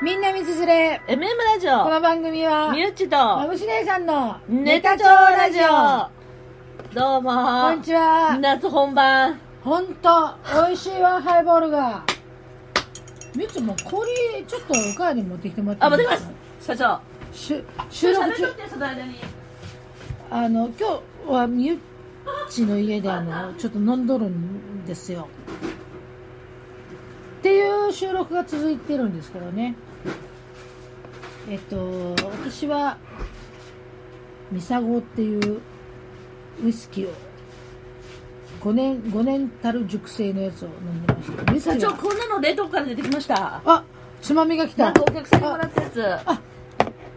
みんな道連れ MM ラジこオの番組はみゆっちまとぶし姉さんのネタ帳ラジオどうもこんにちは夏本番ほんと美味しいワンハイボールがみゆっちもう氷ちょっとおかわり持ってきてもらってあ、持っていいきます社長しゅ収録中てその間にあの今日はみゆっちの家であのちょっと飲んどるんですよっていう収録が続いてるんですけどねえっと私はミサゴっていうウイスキーを5年5年たる熟成のやつを飲んでましたウイス社キー長はこんなの冷凍庫から出てきましたあつまみが来なたんかお客さんにもらったや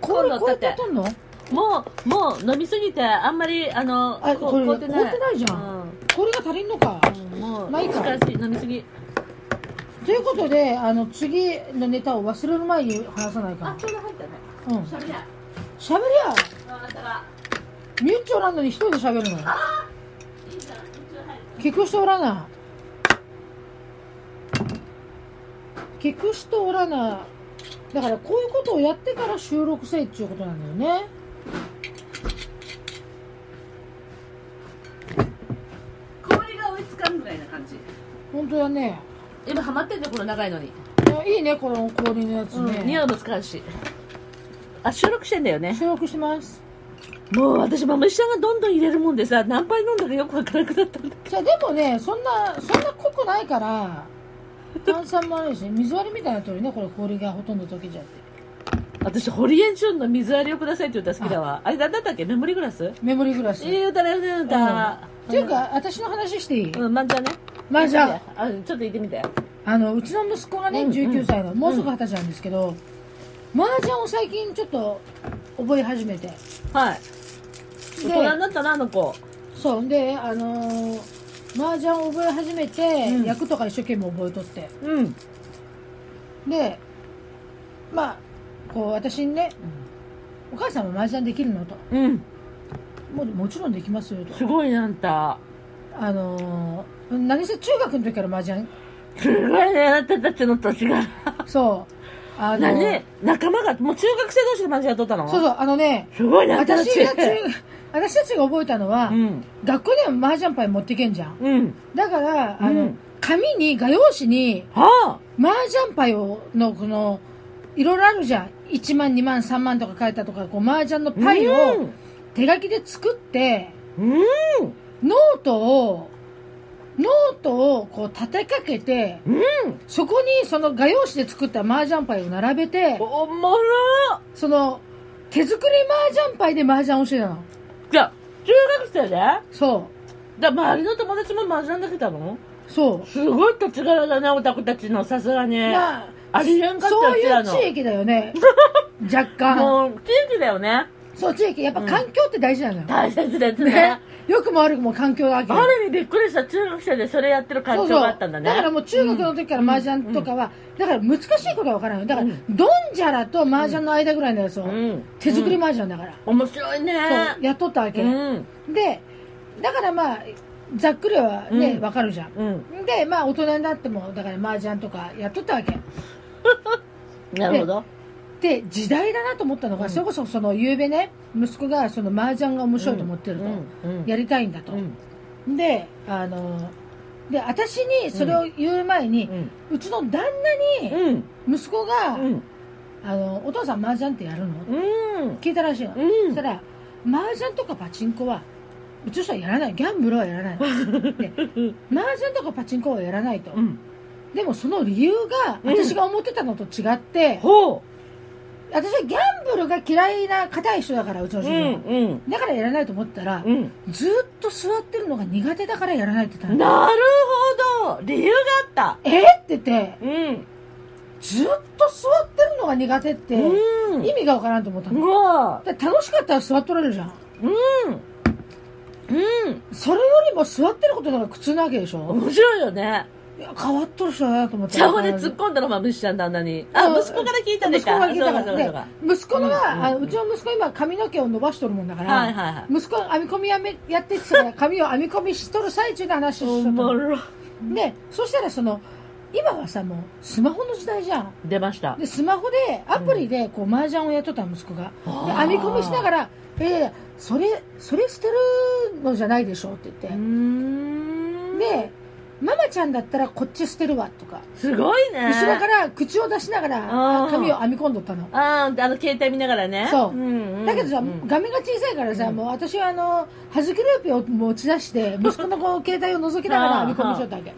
氷今度こうやってだってとんのつもうもう飲みすぎてあんまりあのあここれ凍ってない凍ってないじゃん氷が足りんのかうんうんもうまあいいか力すぎ飲みすぎということであの次のネタを忘れる前に話さないあかちょうど入ったねらうんしゃべりゃしゃべりゃあなたがミュッチョおらんのに一人でしゃべるのいいじゃん一応入る結局しておらな結局しておらなだからこういうことをやってから収録せいっちゅうことなんだよね氷が追いつかんぐらいな感じ本当だね今ハマってんねこの長いのにいやいいねこの氷のやつね、うん、匂いも使うしあ収録してんだよね収録してますもう私マムシちゃんがどんどん入れるもんでさ何杯飲んだかよくわからなくなったんだじゃあでもねそんなそんな濃くないから炭酸もあるし水割りみたいになってるねこれ氷がほとんど溶けちゃって私ホリエンチュンの水割りをくださいって言ったら好きだわあれなんだったっけメモリーグラスメモリーグラスいい歌だよね歌っていうか、私の話していい、うんまんちゃんねまんちゃん行ってみてあちょっと行ってみてあの、うちの息子がね、うんうん19歳の、もうすぐ20歳なんですけど、麻雀を最近ちょっと覚え始めて。はいで大人になったなあの子そう、で、あのー、麻雀を覚え始めて、うん役とか一生懸命覚えとって。うんで、まあ、こう、私にね、お母さんも麻雀できるのと。うんもうもちろんできますよと。すごいねあんたあのー、何せ中学の時から麻雀、すごいねあなたたちの年がそう、あのー何仲間がもう中学生同士でマンチャン取ったのそうそう、あのね、すごいねあんたた私ちが中、私たちが覚えたのは、うん学校でも麻雀牌持ってけんじゃん。うんだから、あの、うん紙に、画用紙に、はあ麻雀牌を、の、この、いろいろあるじゃん。1万、2万、3万とか書いたとか、こう、麻雀のパイを手書きで作って、うんノートを、ノートをこう立てかけて、うんそこにその画用紙で作った麻雀牌を並べて、おもろその、手作り麻雀牌で麻雀をしてたの。じゃあ中学生でだそ周りの友達もマジなんだけたのう。そう。すごい土地柄だねオタクたちのさすがにまあ、ありえんかったそういうやつらの地域だよ ね。若干。もう地域だよねそう、地域。やっぱ環境って大事なのよ。大切ですねね。良くも悪くも環境がわけよある意味びっくりした中学生でそれやってる環そう境そうがあったんだねからもう中学の時から麻雀とかは、だから難しいことは分からないだから、うんドンジャラと麻雀の間ぐらいのやつを、うん手作り麻雀だから、面白いねそうやっとったわけ、うんでだからまあざっくりはね、うん分かるじゃんうんでまあ大人になってもだから麻雀とかやっとったわけなるほどで時代だなと思ったのが、うんそれこそその夕べね息子がその麻雀が面白いと思ってると、うんうんやりたいんだと、うんであので私にそれを言う前に、うんうちの旦那にうん息子が、うんあの「お父さん麻雀ってやるの?」うん聞いたらしいの、うんそしたら「麻雀とかパチンコはうちの人はやらないギャンブルはやらない」で「麻雀とかパチンコはやらないと」うんでもその理由がうん私が思ってたのと違って、ほ私はギャンブルが嫌いな硬い人だからうちのうう主人は、んうんだからやらないと思ったら、うんずーっと座ってるのが苦手だからやらないって言ったのなるほど理由があっえっって言ってたうんずーっと座ってるのが苦手って、うん意味がわからんと思ったうの、わで楽しかったら座っとられるじゃんうんうんそれよりも座ってることの方が苦痛なわけでしょ面白いよねいや変わっとる人だなと思ってちゃほで突っ込んだのまぶしちゃん旦那にあうん息子から聞いたんで息す子がか聞いたかそうかそうかそうらかで息子のうんはあうのんうちの息子今髪の毛を伸ばしとるもんだから、はいはいはい息子が編み込みやめやってきたから髪を編み込みしとる最中の話をおしともるろでそしたらその今はさもうスマホの時代じゃん出ましたでスマホでアプリでこう麻雀をやっとった息子が、あでー編み込みしながら「えー、それそれ捨てるのじゃないでしょ」って言うって、ーんで「ママちゃんだったらこっち捨てるわ」とか、すごいね後ろから口を出しながらあー髪を編み込んどったのあーあの携帯見ながらねそうんんだけどさ、うん画面が小さいからさ、うんもう私はあの端切れープを持ち出 して息子のこう携帯を覗きながら編み込みしよったわけは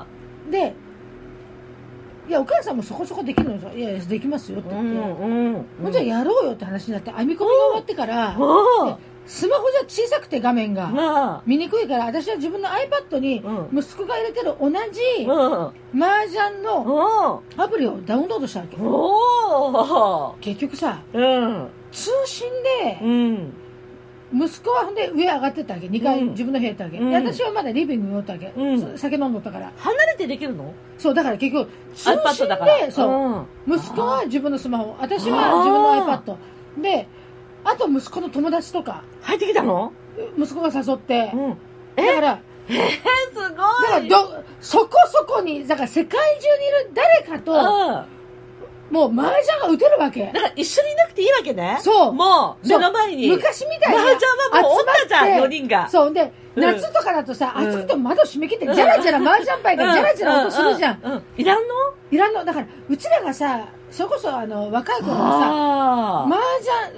あでいやお母さんもそこそこできるのよいやいやできますよってう言って、んうんもうじゃあやろうよって話になって編み込みが終わってから、おでスマホじゃ小さくて画面が、あ見にくいから私は自分の iPad にうん息子が入れてる同じうん麻雀のおアプリをダウンロードしたわけお結局さうん通信うでん息子はほんで上上がってったわけ2階、うん自分の部屋行ったわけ、うんで私はまだリビングにおったわけ、うんそ酒飲んどったから離れてできるのそうだから結局通 iPad 信だからでそう、うん息子は自分のスマホ私あは自分の iPad であと息子の友達とか入ってきたの息子が誘って、うんだからえすごいだからどそこそこにだから世界中にいる誰かうんともう麻雀が打てるわけだから一緒にいなくていいわけねそうもう目そうの前に昔みたいマにージャンはもう女じゃん集ま4って人がそうでうん夏とかだとさ、うん暑くても窓閉め切ってじゃらじゃら麻雀牌がじゃらじゃら音するじゃんううういらんのいらんのだからうちらがさそれこそあの若い頃はさあ麻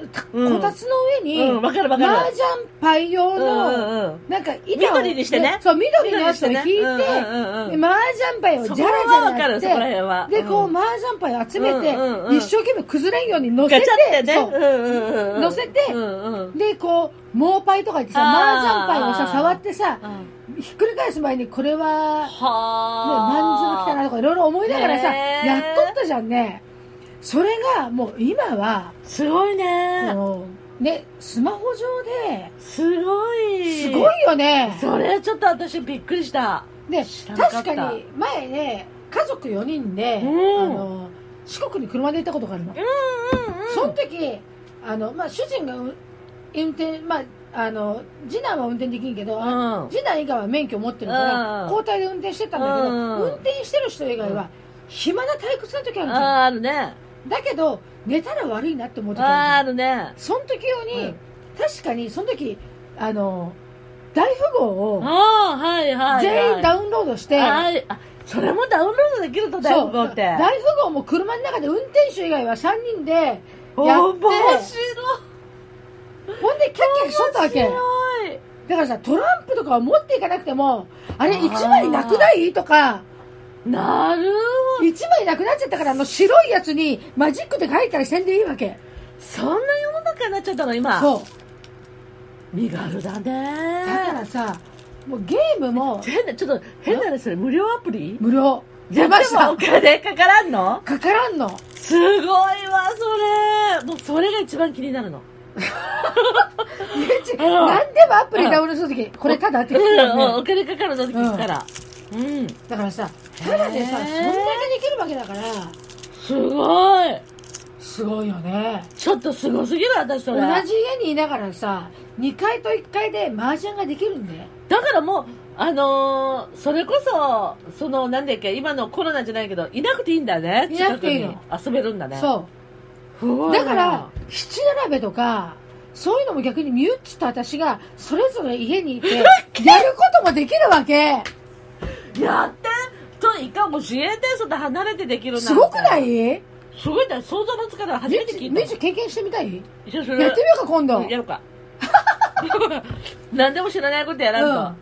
雀たうんこたつの上に、うんわかるわかる麻雀牌用の、うんうんうんなんか板を緑にしてねそう緑のやつを引いて、うんうんうんうんで麻雀牌をそじこゃらはわじゃからやっるそてこら辺はでこんう麻雀牌を集めて、うんうんうん一生懸命崩れんように乗せてガチャってねそう乗乗せてうんうんでこう盲牌とか言ってさあー麻雀牌をさ触ってさうんひっくり返す前にこれは、ね、は何ズル来たなとかいろいろ思いながらさねーやっとったじゃんねそれがもう今はすごいこねのねスマホ上ですごいすごいよねそれはちょっと私びっくりしたで知らなか確ったかに前ね家族4人で、うんあの四国に車で行ったことがあるの、うんその時あの、まあ、主人がう運転、まあ、あの次男は運転できんけど、うん次男以外は免許持ってるから、うん交代で運転してたんだけど、うん運転してる人以外は、暇な退屈な時あるじゃんあーあるねだけど寝たら悪いなって思ってあたんーだあるねその時用に、うん確かにその時あの大富豪をああはいはい全員ウンダウンロードして、はいあそれもダウンロードできると大そ富う豪って大富豪も車の中で運転手以外は3人でやってほ面ん白いでキャッキャしとったわけ面だ白いからさトランプとかを持っていかなくてもあれあ1ー枚なくないとかなるほど1枚なくなっちゃったからあの白いやつにマジックで書いたりせんでいいわけそんな世の中になっちゃったの今そう身軽だだねからさもうゲームも変なちょっと変な話それ無料アプリ無料で出ましもたお金かからんのかからんのすごいわそれもうそれが一番気になるの何でもアプリダウンロードするときこれただって聞くうんうんよ おね金かかるのって聞くからうんだからさただでさへーそんだけできるわけだからすごいすごいよねちょっとすごすぎる私そ同れじ家にいながらさ2階と1階で麻雀ができるんだよだからもうあのーそれこそそのなんだっけ今のコロナじゃないけどいなくていいんだねいなくていいの近くに遊べるんだねそううだから七並べとかそういうのも逆にミュッチと私がそれぞれ家 にいてやることもできるわけやってちょっと一回教えてそんな離れてできるなんてすごくないミすごいね想像もつかない初ュめッて聞チいミたュッチ経験してみたいや一緒にすってみるようか今度やろうか 何でも知らないことやらんと、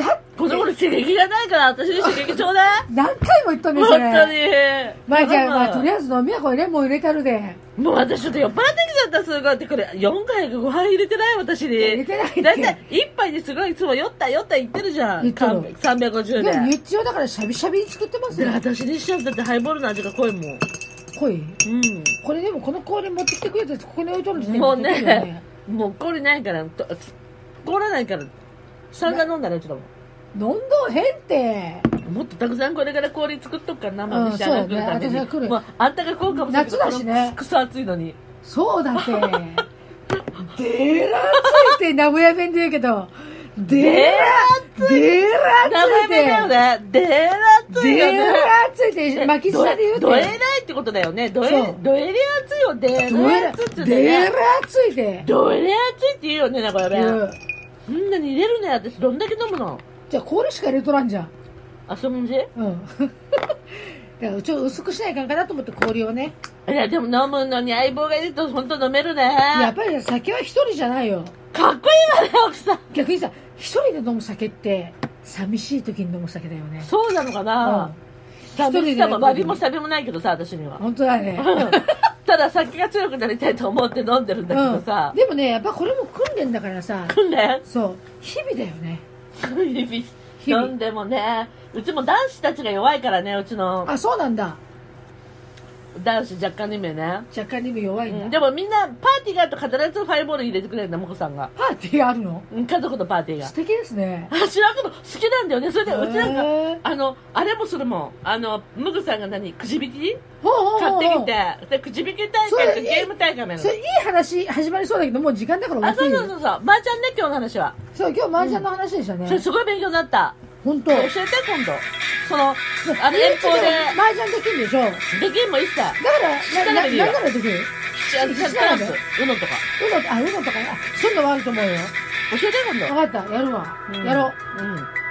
うん、だこの頃刺激がないから私に刺激ちょうだい何回も言ったんで本す当よにねまあじゃあ、まあ、とりあえず飲み屋これレモン入れたるでもう私ちょっと酔っ払ってきちゃったすごいってこれ4回か5杯入れてない私に入れてないってだいたい1杯ですごいいつも酔った酔った言ってるじゃん言ってる300 350でもミュでッチをだからしゃびしゃびに作ってますでよ私にしちゃうだってハイボールの味が濃いもん濃いうんこれでもこの氷持ってきてくれたやつここに置いとるんですもうねもうこれないからと凍らないから3が飲んだらうちだもん飲んどんへんってもっとたくさんこれから氷作っとくから生にし上がるためうんそうだね私が来に、るまあ、あんたがこうかもしれないけど夏だしねこのくそ暑いのにそうだ ってでらついて名古屋弁で言うけどでらついて名前だよねでら暑いデよーね。ラ暑いって巻き舌で言うてどどえらいってことだよね。どえそう、どえり暑いよ。でえどえらら暑いって言うんだよデーね。ラ暑いでどえり暑いって言うよね、なんかやべ。うんそんなに入れるね、私。どんだけ飲むのじゃあ氷しか入れとらんじゃんあ、そんじいうん だからちょっと薄くしないかんかなと思って氷をねや、でも飲むのに相棒がいると本当飲めるね。やっぱり酒は一人じゃないよかっこいいわね、奥さん。逆にさ一人で飲む酒って寂しい時に飲む酒だよねそうなのかうな、ん寂しさも、一人でやっぱ詫りびもサビもないけどさ、私には。本当だねただ酒が強くなりたいと思って飲んでる んだけうどんさ、でもねやっぱこれも訓練だからさ訓練そう日々だよね日々飲んでもねうちも男子たちが弱いからねうちのあそうなんだ男子若干2名ね、若干にも弱いうんんだでもみんなパーティーがあると必ずハイボール入れてくれるんだもこさんがパーティーあるのうん家族のパーティーが素敵ですねあ知らんけど好きなんだよねそれでうちなんか、へーあのあれもするもんあのムグさんが何くじ引きほうほう買ほうほっうてきてでくじ引き大会そとれゲーム大会もやるそれいい話始まりそうだけどもう時間だからあ遅そいうよそうそうそうばあちゃんね今日の話は、そう今日麻雀の話でしたねそれすごい勉強になった本当教えて今度そのあの遠方で麻雀できるでしょだかできんも一切らなな力で何いいよならできるちゃんと知トラらンんプようのとかうのあうのとかあそんなのもあると思うよ教えて今度分かったやるわ、うんやろううん